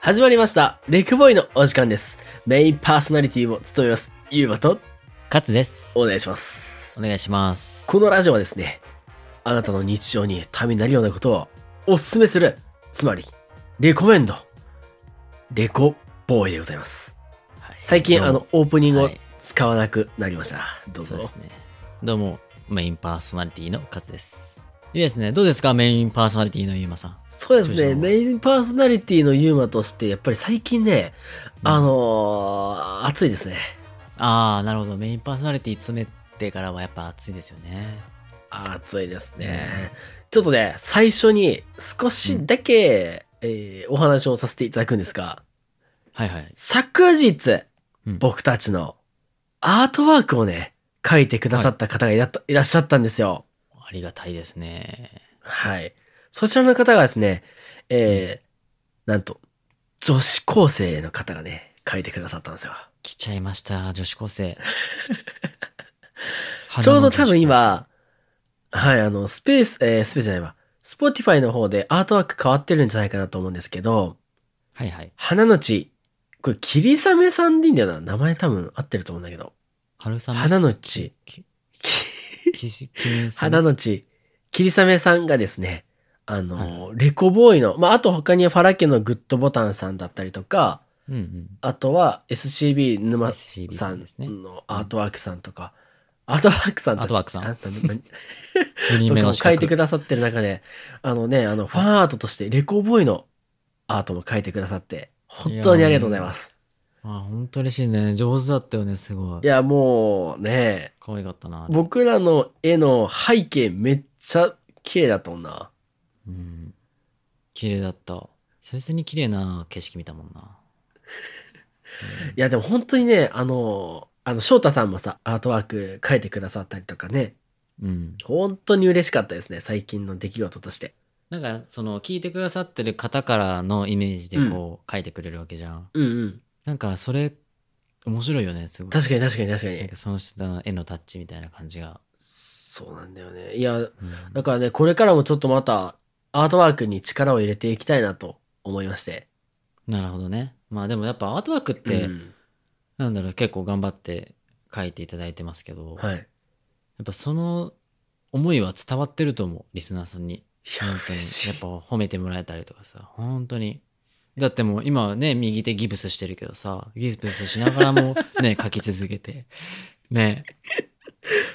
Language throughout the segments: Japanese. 始まりました。レクボーイのお時間です。メインパーソナリティを務めます、ゆうまとカツです。お願いします。お願いします。このラジオはですね、あなたの日常にためになるようなことをお勧めする、つまり、レコメンド、レコボーイでございます。はい最近、あ、どうの、オープニングはをい使わなくなりました。どうもぞ。そうですね。どうも、メインパーソナリティのカツです。いいですね。どうですかメインパーソナリティのゆうまさん。そうですそうでね。しょうメインパーソナリティのユーマとして、やっぱり最近ね、うんあのー、暑いですね。あー、なるほど。メインパーソナリティ詰めてからはやっぱ暑いですよね。暑いですね。ちょっとね、最初に少しだけ、えーお話をさせていただくんですが、はいはい。昨日、うん僕たちのアートワークをね、書いてくださった方がいらっ,、い、らっしゃったんですよ。ありがたいですね。はい。そちらの方がですね、えーなんと、女子高生の方がね、書いてくださったんですよ。来ちゃいました、女子高生。ちょうど多分今、はい、あの、スペース、えースペースじゃないわ。スポティファイの方でアートワーク変わってるんじゃないかなと思うんですけど、花の女子高生。はいはい。花の血。これ、霧雨さんでいいんだよな。名前多分合ってると思うんだけど。春さん。花の血。き。きし、きぬさん花の。の血。霧雨さんがですね、あの、はレコボーイの、まあ、あと他にはファラ家のグッドボタンさんだったりとか、うんうん。あとは SCB 沼 SCB ささんんですね。のアートワークさんとか、アートワークさんたちアートワークさんあなな4人と目かのも資書格いてくださってる中で、あのね、あの、ファンアートとして、レコボーイのアートも書いてくださって、本当にありがとうございます。あ、本当嬉しいね。上手だったよね、すごい。いや、もうね、可愛かったな。僕らの絵の背景めっちゃ綺麗だったもんな。うん。綺麗だった。久々に綺麗な景色見たもんな。いや、でも本当にね、あの、あの、翔太さんもさ、アートワーク書いてくださったりとかね、うん。本当に嬉しかったですね、最近の出来事として。なんか、その、聞いてくださってる方からのイメージでこう、書いてくれるわけじゃん。うんうん。なんか、それ、面白いよね、すごい。確かに確かに確かなんにか。その人の絵のタッチみたいな感じが。そうなんだよね。いや、うんだからね、これからもちょっとまた、アートワークに力を入れていきたいなと思いまして。なるほどね。まあでもやっぱアートワークって、うんなんだろう、結構頑張って書いていただいてますけど、やはい。いっぱその思いは伝わってると思う、リスナーさんに。や、本当に嬉しいやっぱ褒めてもらえたりとかさ本当にだってもう今はね右手ギブスしてるけどさギブスしながら もね書き続けてね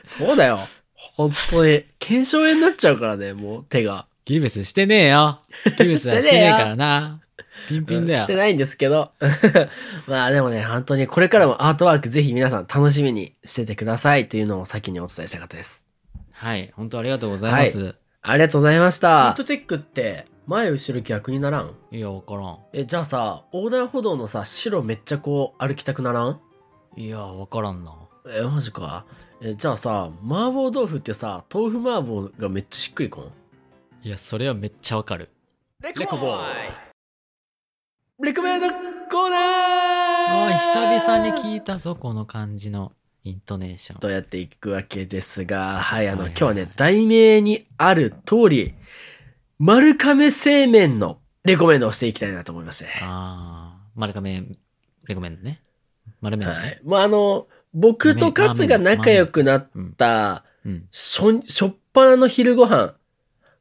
そうだよ。本当に。腱鞘炎になっちゃうからね、もう手が。ギブスしてねえ よギブスはしてねえからなピンピンだうよん、してないんですけど。 まあでもね、本当にこれからもアートワークぜひ皆さん楽しみにしててくださいというのを先にお伝えしたかったです。はい本当ありがとうございます、ありがとうございました。ヒットテックって前後ろ逆にならんい、や分からえ、じゃあさ、横断歩道のさ、白めっちゃこう歩きたくならんんいや分からんなえ、マジか。え、じゃあさ、麻婆豆腐ってさ、豆腐麻婆がめっちゃしっくりこんいやそれはめっちゃ分かるレコボーイレコメンドコーナおいー久々に聞いたぞこの感じのイントネーションとやっていくわけですが、はい、あの、はいはいはい今日はね、題名にある通り、丸亀製麺のレコメンドをしていきたいなと思いまして。ああ丸亀レコメンドね丸めね、はい。まあ、あの、僕とカツが仲良くなっうんた、うんしょ、しょっぱなの昼ご飯、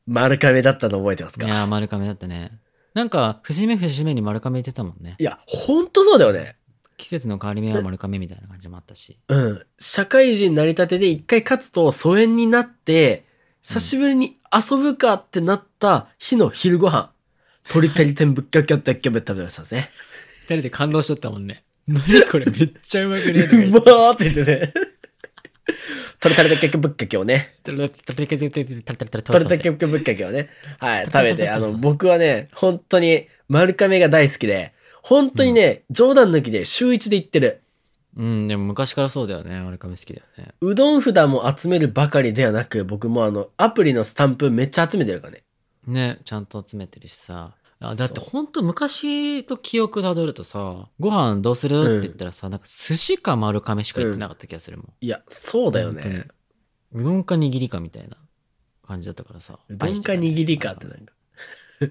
丸亀だったの覚えてますかいやー、丸亀だったね。なんか、節目節目に丸亀行ってたもんねい。や、ほんとそうだよね。季節の変わり目は丸亀みたいな感じもあったし。うん。社会人なりたてで一回勝つと疎遠になって、久しぶりに遊ぶかってなった日の昼ご飯。鳥照り天ぶっきゃきゃってきゃべったべしたんですね。二人で感動しとったもんね。何これめっちゃうまくねえうまーって言ってね。鳥照り天ぶっきゃけぶっきゃけをね。鳥照り天ぶっきゃけをね。はい、食べて、あの、僕はね、本当に丸亀が大好きで、本当にね、冗談抜きで週一で行ってる。うん、でも昔からそうだよね。丸亀好きだよね。うどん札も集めるばかりではなく、僕もあの、アプリのスタンプめっちゃ集めてるからね。ね、ちゃんと集めてるしさ。あだってほんと昔と記憶たどるとさ、ご飯どうするって言ったらさ、なんか寿司か丸亀しか言ってなかった気がするもん。いや、そうだよ本ね。当にうどんか握りかみたいな感じだったからさ。うどんか握りかってなんか。 う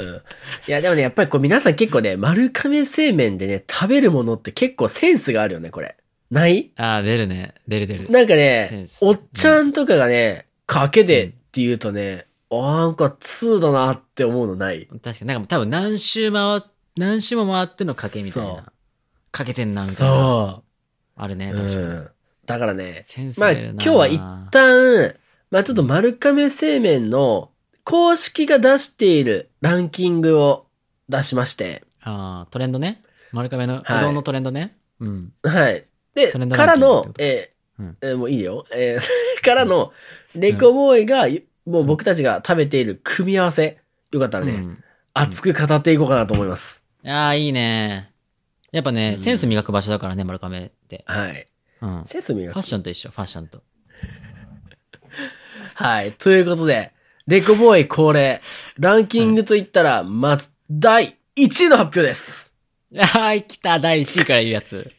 ん、いや、でもね、やっぱりこう皆さん結構ね、丸亀製麺でね、食べるものって結構センスがあるよね、これ。ないああ、出るね。出る出る。なんかセンねス、おっちゃんとかがね、賭けでって言うとね、あなんか通だなって思うのない。確かになんか多分何周回っ、何周も回っての賭けみたいそうな。賭けてんな、みたいな。そあるね、う。う確かに。ん。だからね、センスまあ出るな今日は一旦、まあちょっと丸亀製麺の公式が出しているランキングを出しまして、ああ、トレンドね。丸亀のうはいどんのトレンドね。うん。はい。で、トレンドからランキングのっ、えーうんえーもういいよ。えー からの、レコボーイが、もう僕たちが食べている組み合わせ、よかったらね、熱く語っていこうかなと思います。うん、ああ、いいね。やっぱね、うんセンス磨く場所だからね、丸亀って。はい。うん。フセンス磨ァッく。ションと一緒、ファッションと。はい。ということで、レコボーイ恒例、ランキングといったら、まず、第1位の発表です。ああ、来た、第1位から言うや つ。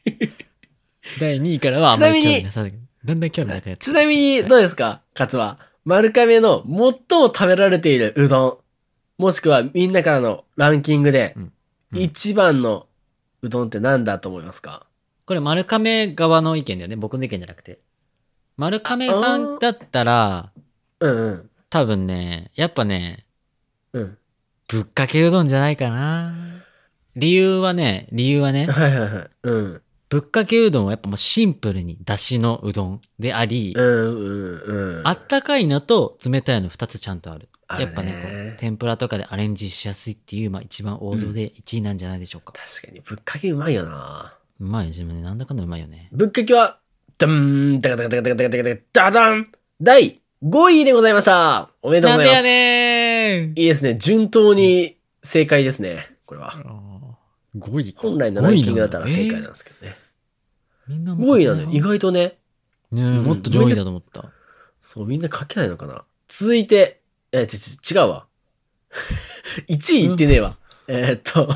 第2位からはあんまり興味なさだけどだんだん興味なくなっちゃちなみに、どうですか、カツは。丸亀の最も食べられているうどん、もしくはみんなからのランキングでうん、うん一番のうどんって何だと思いますか、これ丸亀側の意見だよね、僕の意見じゃなくて。丸亀さんだったら、うんうん。多分ね、やっぱね、うん。ぶっかけうどんじゃないかな。理由はね、理由はね、はいはいはい。うん。ぶっかけうどんはやっぱもうシンプルに出汁のうどんであり、うんうんうん。あったかいのと冷たいの2つちゃんとある。あるやねっぱねこう、天ぷらとかでアレンジしやすいっていう、まあ一番王道で1位なんじゃないでしょうか。確かに、ぶっかけうまいよな。うまいよ、自分で。なんだかんだうまいよね。ぶっかけは、ダン、ダカダカダカダカダカダカダダン第5位でございましたおめでとうなごんざいまでやす。ねーいいですね。順当に正解ですね。これは。 5位本来のランキングだったら正解なんですけどね。みんな5位なのよ。意外とね、ねえもっと上位だと思った。そう、みんな書けないのかな。続いて、えー、ち、ち、違うわ。1位言ってねえわ。えーっと、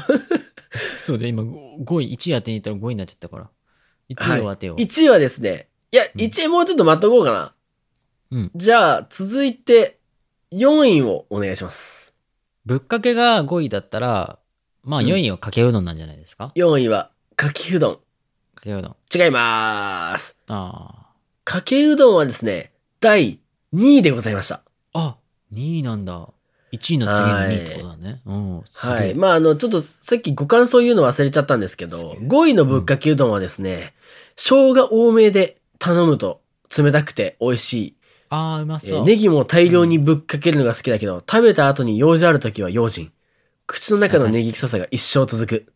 そうで、今5位、1位当てにいったら5位になっちゃったから。1位を当てよう。 1位はですね、いや、ん1位もうちょっと待っとこうかな。うんじゃあ、続いて、4位をお願いします。ぶっかけが5位だったら、まあうん4位はかけうどんなんじゃないですか、 4位は、かけうどかけうどん。あん。違います。あ。かけうどんはですね、第2位でございました。あ、2位なんだ。1位の次の2位ってことだね。うん。すげえはい。。まあ、あの、ちょっと、さっきご感想言うの忘れちゃったんですけど、5位のぶっかけうどんはですね、生姜多めで頼むと冷たくて美味しい。ああ、うまえそーう。ネギも大量にぶっかけるのが好きだけど、食べた後に用事ある時は用心。口の中のネギ臭さが一生続く。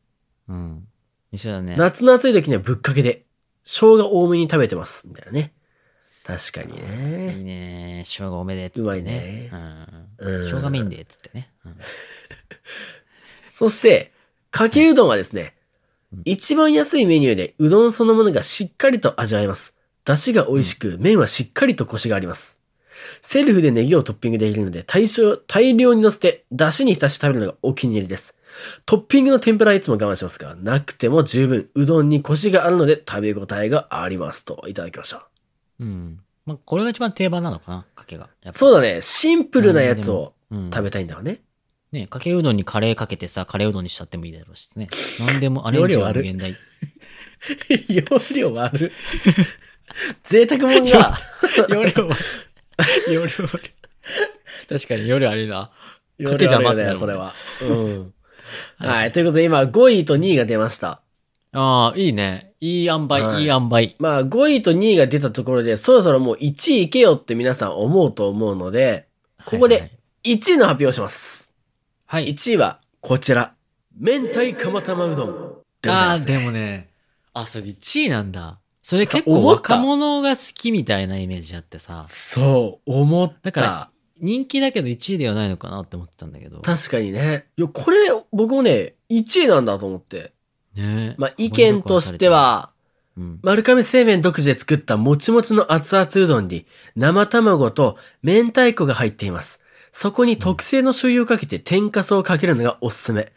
うん。一緒だね。夏の暑い時にはぶっかけで、生姜多めに食べてます。みたいなね。確かにいね。いね。生姜おめでっつって、うまいねうん。うん生姜メインでっつってね。うんそして、かけうどんはですねうん、一番安いメニューでうどんそのものがしっかりと味わえます。出汁が美味しく、麺はしっかりとコシがあります。セルフでネギをトッピングできるので、大量大量に乗せて、出汁に浸して食べるのがお気に入りです。トッピングの天ぷらはいつも我慢しますが、なくても十分、うどんにコシがあるので食べ応えがあります。と、いただきました。うん。まあ、これが一番定番なのかな、かけが。やっぱそうだね。シンプルなやつをうん食べたいんだよ ね。ねかけうどんにカレーかけてさ、カレーうどんにしちゃってもいいだろうしね。なんでもアレンジは無限大。容量悪る。 贅沢もんが。 容量は、容量は。確かに容量あるな。かかけけじじゃゃ待待ってないい、ってなもそんれねは。うん。はい。ということで、今、5位と2位が出ました。ああ、いいね。いい塩梅、はいい、い塩梅。まあ、5位と2位が出たところで、そろそろもう1位いけよって皆さん思うと思うので、ここで1位の発表をします。はい、はい。 1位は、こちら。明太釜玉うどんでございああまー、す。でもね。あ、それ1位なんだ。それさ結構思った若者が好きみたいなイメージあってさ。そう、思った。だから人気だけど1位ではないのかなって思ってたんだけど。確かにね。いや、これ、僕もね、1位なんだと思って。ねまあ、意見として、は、うん、丸亀製麺独自で作ったもちもちの熱々うどんに生卵と明太子が入っています。そこに特製の醤油をかけて天かすをかけるのがおすすめ。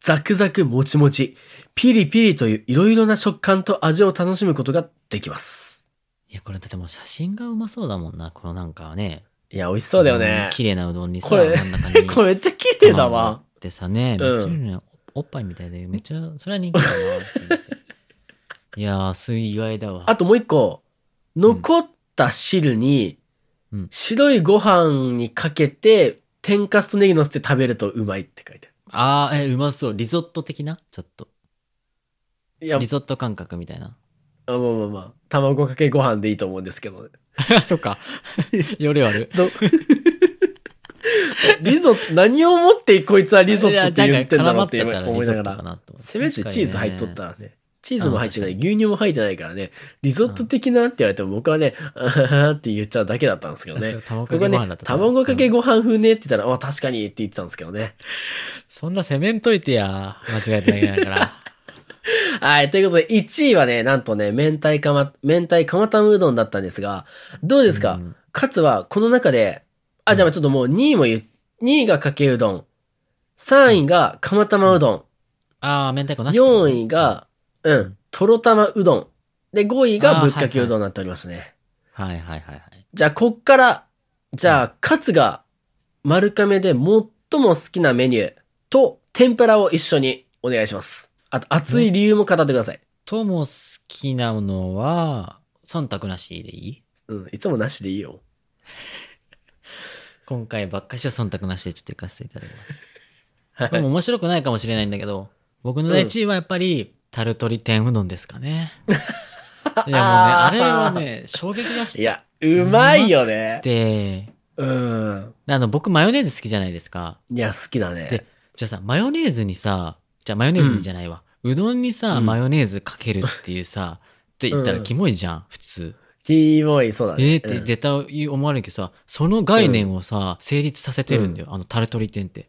ザクザクもちもち、ピリピリといういろいろな食感と味を楽しむことができます。いや、これだってもう写真がうまそうだもんな。このなんかね、いや、美味しそうだようねん。綺麗なうどんにさ、これ真ん中 に。これめっちゃ綺麗だわ。でさね、うんめっちゃいいねおおっぱいみたいで、めっちゃ、それは人気だなって思って。いやー、す意外だわ。あともう一個、残った汁にうん、白いご飯にかけて、天かすとネギ乗せて食べるとうまいって書いてああー、え、うまそう。リゾット的なちょっと。る。いやリ、ゾット感覚みた いな。まあまあまあまあ、卵かけご飯でいいと思うんですけどね。そっか。 よりある。 どリゾット、何をもってこいつはリゾットって言ってんだろうっていやなんか絡ま思っていたならリゾッが。トからなと思って。せめてチーズ入っとったらね。チーズも入ってない、う牛乳も入ってないからね、リゾット的なって言われても僕はね、あははって言っちゃうだけだったんですけど確かにね。ねそう。卵か僕けはご飯だねっ、卵たら。かうけんご飯風ねって言ったら、あ、確かにって言ってたんですけどね。そんなせめんといてや。間違えてない から。はい、ということで、1位はね、なんとね、明太かま、明太かまたむうどんだったんですが、どうですか、うんカツはこの中で、うあ、んじゃあちょっともう2位も言う、2位がかけうどん、3位が釜玉うどん、あー、明太子なし。 4位。が、うん、とろ玉うどん、で、5位があーぶっかけうどんになっておりますね。はいはいはいはい。じゃあ、こっから、じゃあ、カツが丸亀で最も好きなメニューと天ぷらを一緒にお願いします。あと、熱い理由も語ってください。とも好きなのは、忖度なしでいいうん、いつもなしでいいよ。今回ばっかしは忖度なしでちょっと行かせていただきます。はいでも面白くないかもしれないんだけど、僕の第一位はやっぱり、タルトリ天うどんです かね。いやもうね、あれはね、衝撃がしいや、うまいよね。て、うん。あの、僕マヨネーズ好きじゃないですか。いや、好きだねで。じゃあさ、マヨネーズにさ、じゃあマヨネーズにじゃないわ。うどんにさ、うんマヨネーズかけるっていうさ、って言ったらキモいじゃん、普通。キモい、そうだね。えーってうん絶対思われるけどさ、その概念をさ、成立させてるんだよ、あのタルトリ店って。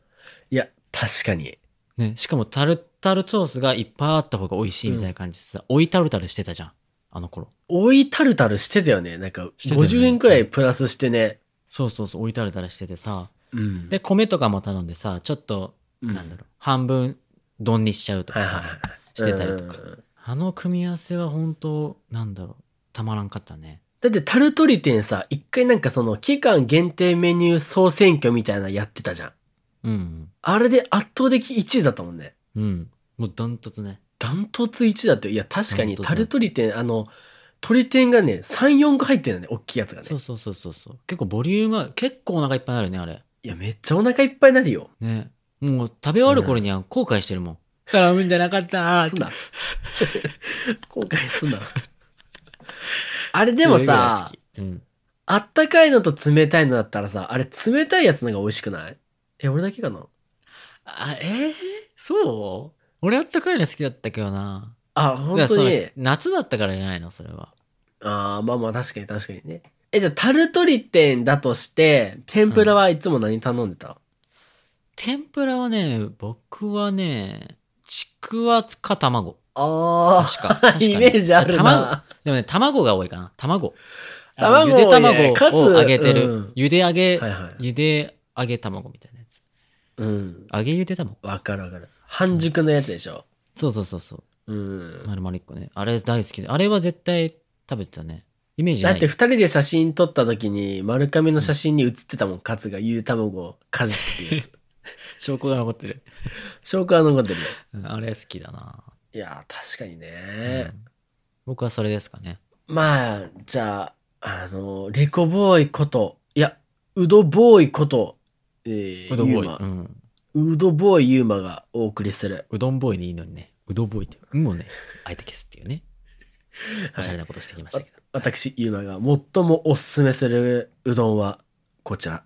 いや、確かに。ね、しかもタルタルソースがいっぱいあった方が美味しいみたいな感じでさ、追いタルタルしてたじゃん、あの頃。追いタルタルしてたよね。なんか、してたよね50円くらいプラスしてね。そうそうそう、追いタルタルしててさ、うんで、米とかも頼んでさ、ちょっと、うんなんだろう、半分丼にしちゃうとはいかはいさ、はい。してたりとかうん。あの組み合わせは本当なんだろう、たまらんかったね。だって、タルトリ店さ、一回なんかその、期間限定メニュー総選挙みたいなのやってたじゃん。うん、あれで圧倒的1位だったもんね。うん。うん。もうダントツね。ダントツ1位だって。いや、確かにダントツタルトリ店、あの、鳥天がね、3、4個入ってるのね、大きいやつがねそう。そうそうそうそう。結構ボリュームある、結構お腹いっぱいになるね、あれ。いや、めっちゃお腹いっぱいになるよ。ねもう食べ終わる頃には後悔してるもん。頼むんじゃなかったすな。 後悔すな。あれでもさ、、うん。あったかいのと冷たいのだったらさ、あれ冷たいやつのが美味しくないえ、俺だけかなあ、えー、そう俺あったかいの好きだったけどな。あ、本当いやそにれ。夏だったからじゃないの、それは。あーまあまあ確かに確かにね。え、じゃあタルトリ店だとして、天ぷらはいつも何頼んでた、天ぷらはね、僕はね、ちくわか卵。あ確か。確かあ、にイメージある卵。な。でもね、卵が多いかな。卵。卵あのゆで多いねかつ卵を揚げてる。うんゆで揚げ、はいはい。ゆで揚げ卵みたいなやつ。うん。揚げゆで卵わかるわかる。半熟のやつでしょ。そうそうそうそう。うん。丸々一個ね。あれ大好きで。あれは絶対食べてたね。イメージなだい。って二人で写真撮った時に、丸亀の写真に写ってたもん、カツがゆで卵をかじってる やつ。証拠が残ってる。証拠は残ってるよ。うんあれ好きだな、いやー、確かにうね。ん僕はそれですかね。まあ、じゃあ、あの、レコボーイこと、いや、ウドボーイこと、えー、うどんボーユイ。ーうマん。ウドボーイユーマがお送りする。うどんボーイでいいのにね。うどんボーイって。う んをね、あえて消すっていうね。おしゃれなことしてきましたけど。私、ユーマが最もおすすめするうどんは、こちら。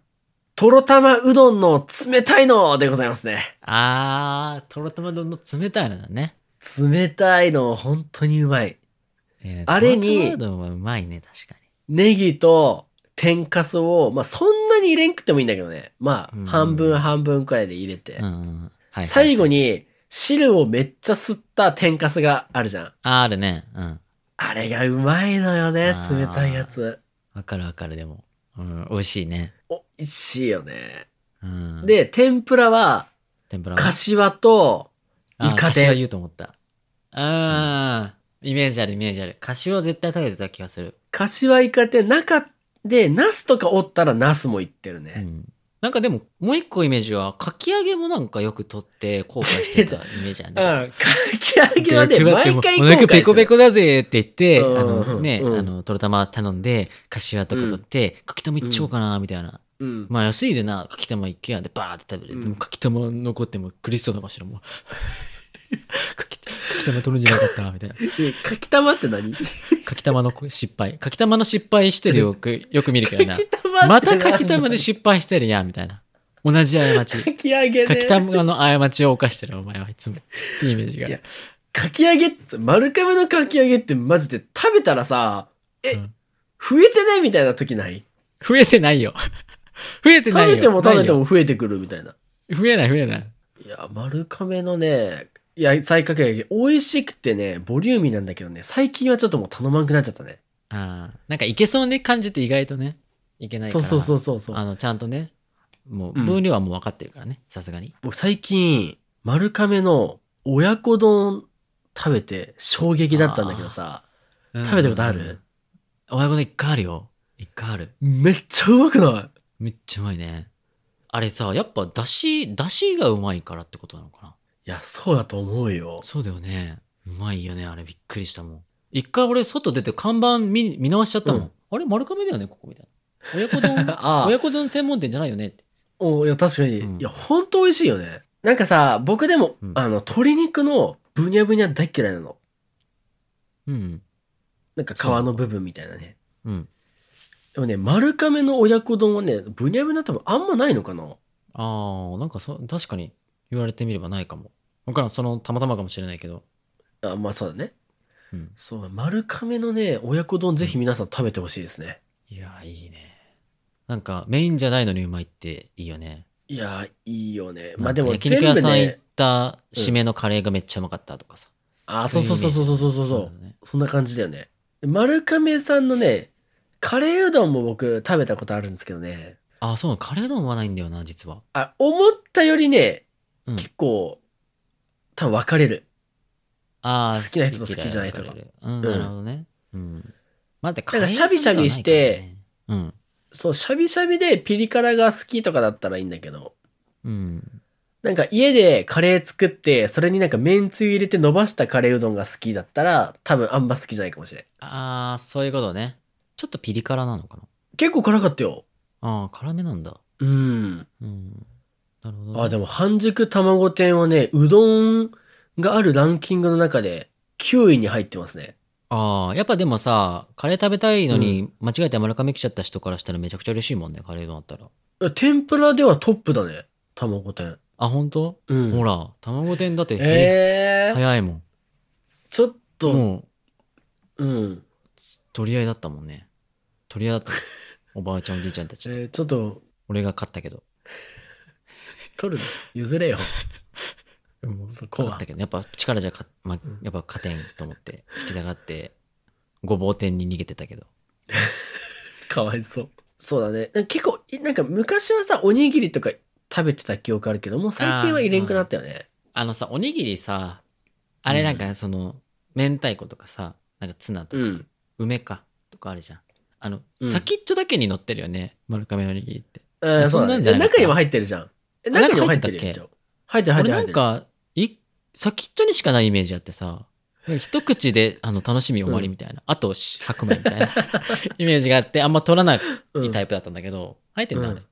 とろたまうどんの冷たいのでございますね。あー、とろたま丼の冷たいのだね。冷たいの、本当にうまい。えーあれにとろたま丼はうまいね、確かに。ネギと天かすを、まあ、そんなに入れんくてもいいんだけどね。まうんあ、半分半分くらいで入れて。うんうん、はいはい最後に、汁をめっちゃ吸った天かすがあるじゃん。ああるねうんあれがうまいのよねあ、ー冷たいやつ。わかるわかるでも、うん、美味しいね、おいしいよね。うん、で、天ぷらは、天ぷらは柏と、あイーカ天柏言うと思ったああ、イメージあるイメージある柏は絶対食べてた気がする柏イカって中で、ナスとかおったらナスもいってるうね。んなんかでも、もう一個イメージは、かき揚げもなんかよく取って、後悔してたイメージある うん。ね。かき揚げはね、だって毎回お後悔す腹る。ペコペコだぜって言って、うんあのね、うんあの、とろたま頼んで、かしわとか取って、かきたまいっちゃおうかな、みたいな。うん。まあ安いでな、かきたま一軒家でバーって食べる。うんでもかきたま残っても苦しそうだ かしら、もう。かきか きたま取るんじゃなかったな、みたいな。えかきたまって何かきたまの失敗。かきたまの失敗してるよく、よく見るけどなか。きたままってなたんだかきたまで失敗してるやん、みたいな。同じ 過ち。かき揚げね。かきたまの過ちを犯してる、お前はいつも。っていうイメージがい。やかき揚げって、丸亀のかき揚げってマジで食べたらさ、え、うん増えてないみたいな時ない増えてないよ。 増えて食ないよ。べても食べてなも増えてくるみたいな。いよ。増えない、増えない。いや、丸亀のね、いや、菜かき揚げ、美味しくてね、ボリューミーなんだけどね、最近はちょっともう頼まんくなっちゃったね。ああ。なんかいけそうに感じて意外とね、いけないかそうら。そうそううそうそう。あの、ちゃんとね、もううん分量はもう分かってるからね、さすがに。僕最近、丸亀の親子丼食べて衝撃だったんだけどさ、食べたことある親子で一回あるよ。一回ある。めっちゃうまくなめっちゃうまいね。あれさ、やっぱだし、だしがうまいからってことなのかないいや、そうだと思う よ。そうだよね。うまいよね、あれびっくりしたもん。一回俺外出て看板見見直しちゃったもん。うん、あれ丸亀だよね、ここみたいな。親子丼 ああ親子丼専門店じゃないよねって。おいや、確かに。うんいや、ほんと美味しいよね。なんかさ、僕でも、うんあの、鶏肉のブニャブニャ大嫌いなの。うん。なんか皮の部分みたいなね。うん。でもね、丸亀の親子丼はね、ブニャブニャ多分あんまないのかなああ、なんかそ、確かに言われてみればないかも。わからん、その、たまたまかもしれないけど。あ、まあそうだね。うん。そう、丸亀のね、親子丼ぜひ皆さん食べてほしいですね。いやー、いいね。なんか、メインじゃないのにうまいっていいよね。いやー、いいよね。なまあんかでも焼全肉屋部さん行っね、た締めのカレーがめっちゃうまかったとかさ。あ、そうそうそうそうそうそうそうそそういうイメージう。だよねそんな感じだよね。丸亀さんのね、カレーうどんも僕食べたことあるんですけどね。ああ、そうなの、カレー丼はないんだよな、実は。あ、思ったよりね、うん結構、多分分かれる。ああ、好きな人と好きじゃない人が好き嫌分うかんれるうん、なるほどね。うん。まあ、だってカなんかシャビシャビしてレー好きじゃないからね、そう、シャビシャビでピリ辛が好きとかだったらいいんだけど、うん。うん。なんか家でカレー作って、それになんかめんつゆ入れて伸ばしたカレーうどんが好きだったら、多分あんま好きじゃないかもしれん。ああ、そういうことね。ちょっとピリ辛なのかな。結構辛かったよ。ああ、辛めなんだ。うん。うん。なるほどね、あ、でも半熟卵店はね、うどんがあるランキングの中で9位に入ってますね。ああ、やっぱでもさ、カレー食べたいのに、間違えて丸亀来ちゃった人からしたらめちゃくちゃ嬉しいもんね、カレー丼あったら。天ぷらではトップだね。卵店。あ、本当、うん。ほら、卵天だって、えー、早いもん。ちょっと、もう、うん。取り合いだったもんね。取り合いだった。おばあちゃん、おじいちゃんたちと。えー、ちょっと、俺が勝ったけど。取るの譲れよ。 そこ勝っはた。けど、やっぱ力じゃ勝、ま、やっぱ勝てんと思って、引き下がって、ごぼう天に逃げてたけど。かわいそう。そうだね。なんか結構、いなんか昔はさ、おにぎりとか食べてた記憶あるけど、もう最近は入れんくなったよね。あのさ、おにぎりさ、あれなんかその、明太子とかさ、なんかツナとうか、ん。梅かとかあるじゃん。あの、うん先っちょだけに乗ってるよね、丸亀のおにぎりって。うん、そそうんだなんね。じゃないのか中にも入ってるじゃん。え中にも入ってるよ。中入って一た応入ってる、入ってる、俺入なっんてる。か、い先っちょにしかないイメージあってさ、なんか一口であの楽しみ終わりみたいな、あとし白米みたいな イメージがあって、あんま取らなうんいタイプだったんだけど、入ってんだ、あれうん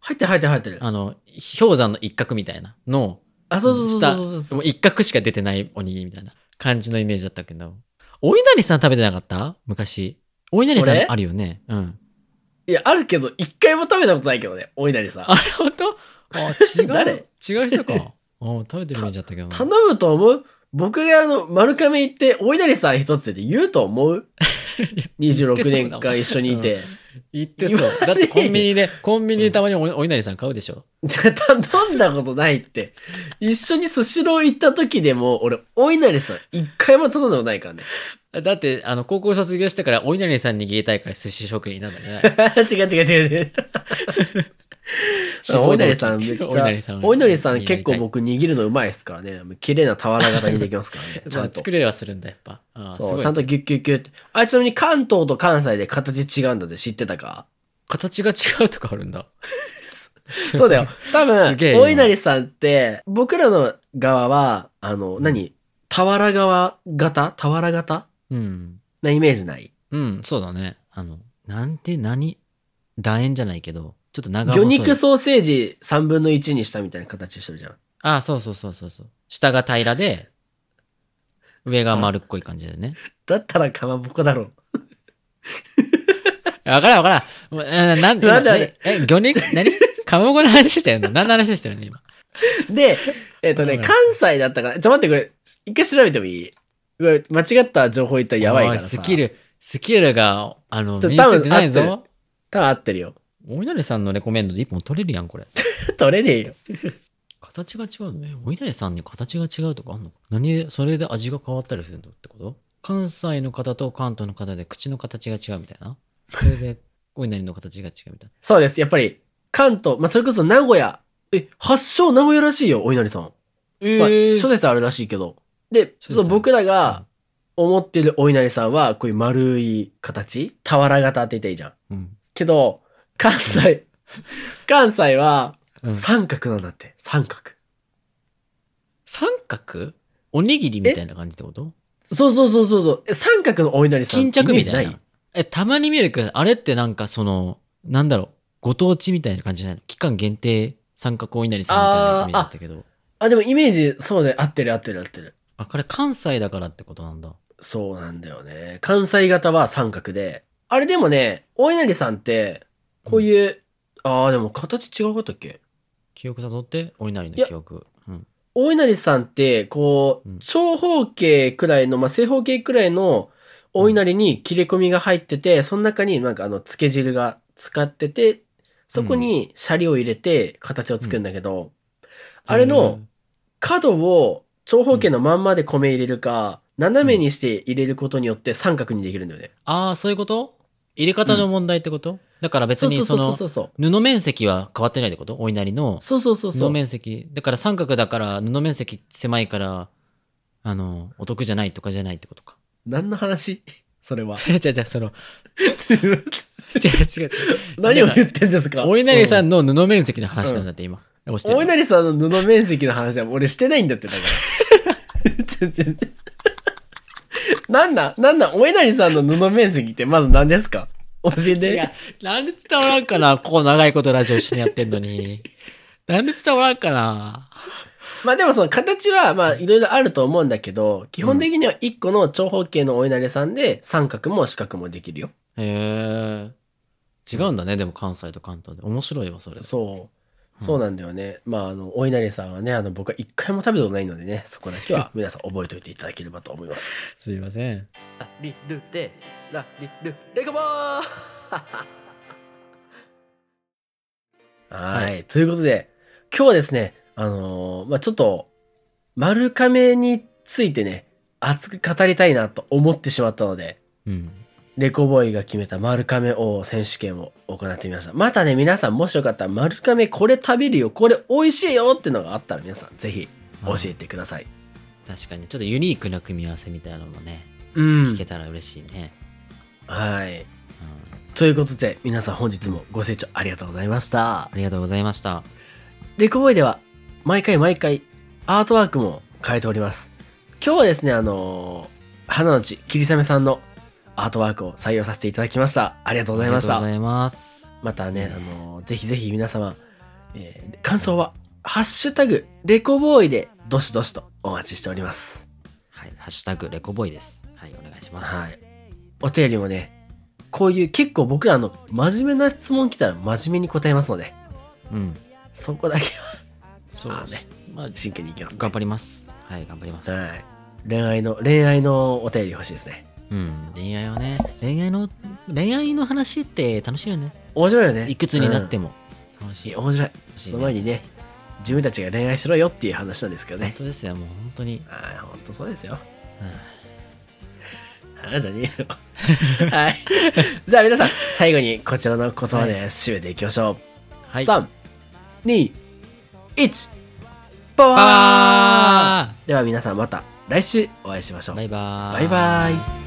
入ってる、入ってる、入ってる。あの、氷山の一角みたいなの、あ、そうそうそう下そうそうそう。もう一角しか出てないおにぎりみたいな感じのイメージだったけど。お稲荷さん食べてなかった昔。お稲荷さ俺んあるよね。うん。いや、あるけど、一回も食べたことないけどね、お稲荷さんあ。れ本当あ、違う。誰違う人か。あ食べてるイメージだったけどな。頼むと思う僕があの、丸亀行って、お稲荷さん一つでって言うと思 う ?26 年間一緒にいて。言ってそう。だってコンビニで、コンビニでたまにおお稲荷さん買うでしょ。じゃあ頼んだことないって。一緒にスシロー行った時でも、俺、お稲荷さん一回も頼んだことないからね。 だって、あの、高校卒業してからお稲荷さん握りたいから寿司職人なんだね。違う違う違う違う。しお稲荷さん めっちゃ、お稲荷さんお稲荷さん結構やり僕握るのうまいですからね。綺麗な俵型にできますからね。 たいちゃんまあと作。れはするんだ、やっぱ。あーすそごう、いちゃんとギュッギュッギュッって。あ、ちなみに関東と関西で形違うんだって知ってた か形が違うとかあるんだ。そうだよ。多分すげえ、なお稲荷さんって、僕らの側は、あの、何俵側型俵型うん。なイメージないうん、そうだね。あの、なんて、何楕円じゃないけど、ちょっと長細魚い肉ソーセージ3分の1にしたみたいな形してるじゃん。あそうそうそうそうそう。下が平らで、上が丸っこい感じだよね。だったらかまぼこだろ。 わからんわからん。うん、なんで、ななんんでで、え、魚 肉、何かまぼこの話してるの何の話してるの今。で、えっ、とね、うん関西だったから、ちょっと待って、これ、一回調べてもいいうわ間違った情報言ったらやばいからおさ。スキ。ル、スキルが、あの、ちょ身についてない多分合ぞ。多分合ってるよ。お稲荷さんのレコメンドで一本取れるやん、これ。取れねえよ。形が違うのね。お稲荷さんに形が違うとかあんの何で、それで味が変わったりするのってこと関西の方と関東の方で口の形が違うみたいな。それで、お稲荷の形が違うみたいな。そうです。やっぱり、関東、まあ、それこそ名古屋。え、発祥名古屋らしいよ、お稲荷さん。えまあ、諸説あるらしいけど。で、諸説そあるう僕らが思ってるお稲荷さんは、こういう丸い形俵型って言ったらいいじゃん。うん。けど、関 西、関西はうん三角なんだって。三角。三角おにぎりみたいな感じってことそうそうそうそうそう。え三角のお稲荷さん。巾着みたいイメージな。え、たまに見るけど、あれってなんかその、なんだろう、ご当地みたいな感じじゃないの期間限定三角お稲荷さんみたいなイメージだったけど。あ、でもイメージ、そうね。合ってる合ってる合ってる。あ、これ関西だからってことなんだ。そうなんだよね。関西型は三角で。あれでもね、お稲荷さんって、こういう、ああ、でも形違うかったっけ記憶たどって、お稲荷の記憶。うん。お稲荷さんって、こうんう、長方形くらいの、まあ、正方形くらいのお稲荷に切れ込みが入ってて、その中になんかあの、漬け汁が使ってて、そこにシャリを入れて形を作るんだけど、あれの、角を長方形のまんまで米入れるか、斜めにして入れることによって三角にできるんだよね。ああ、そういうこと入れ方の問題ってこと、だから別にそのそうそう布面積は変わってないってことお稲荷のそうそうそうそうそうそう布面積。だから三角だから布面積狭いから、あの、お得じゃないとかじゃないってこ とか。何の話それは違う違う、そ の、違う違う違う。何を言ってんですかお稲荷さうんの布面積の話なんだって今。押してんるお稲荷さんの布面積の話は俺してないんだってだからちょちょ なんなんなんなんお稲荷さんの布面積ってまず何ですか教え違うて。なんで伝わらんかなここ長いことラジオ一緒にやってん のに。なんで伝わらんかなまあでもその形はまあいろいろあると思うんだけど基本的には一個の長方形のお稲荷さんで三角も四角もできるよへえ。違うんだね、でも関西と関東で。面白いわ、それ。そう。そうなんだよね。まあ、あの、お稲荷さんはね、あの、僕は一回も食べたことないのでね、そこだけは皆さん覚えておいていただければと思います。すいません。ラリルで、ラリルレゴボー はい、ということで、今日はですね、あのーまあちょっと、丸亀についてね、熱く語りたいなと思ってしまったので、うん。レコボーイが決めた丸亀王選手権を行ってみました。またね、皆さんもしよかったら丸亀これ食べるよ、これ美味しいよっていうのがあったら皆さんぜひ教えてください。確かに、ちょっとユニークな組み合わせみたいなのもね、う聞んけ。たら嬉しいね。はい。うんということで、皆さん本日もご清聴ありがとうございましたあ。りがとうございました。レコボーイでは毎回毎回アートワークも変えております。今日はですね、あのー花のち霧雨さんのアートワークを採用させていただきました。ありがとうございましあたりがとう。ございます。またねね、あの、ぜひぜひ皆様、えー感想は、ハッシュタグ、レコボーイで、どしどしとお待ちしております。はい。ハッシュタグ、レコボーイです。はい、お願いします。はい。お便りもね、こういう結構僕らの真面目な質問来たら真面目に答えますので、うん。そこだけはそうまあでねす。まあ、真剣にいきます、頑張ります。はい、頑張ります。はい。恋愛の、恋愛のお便り欲しいですね。うん。恋愛はね、恋愛の、恋愛の話って楽しいよね。面白いよね。いくつになっても。も。楽しい。面白い。しいねその前にね、自分たちが恋愛しろよっていう話なんですけど本ね。当ですよ、もう本当に。はい、ほんとそうですよ。うんあじゃねえよ。はい。じゃあ皆さん、最後にこちらの言葉で締めていきましょう。はい3、 2、1、パワーあでは皆さんまた来週お会いしましょーう。バイバーバイバイ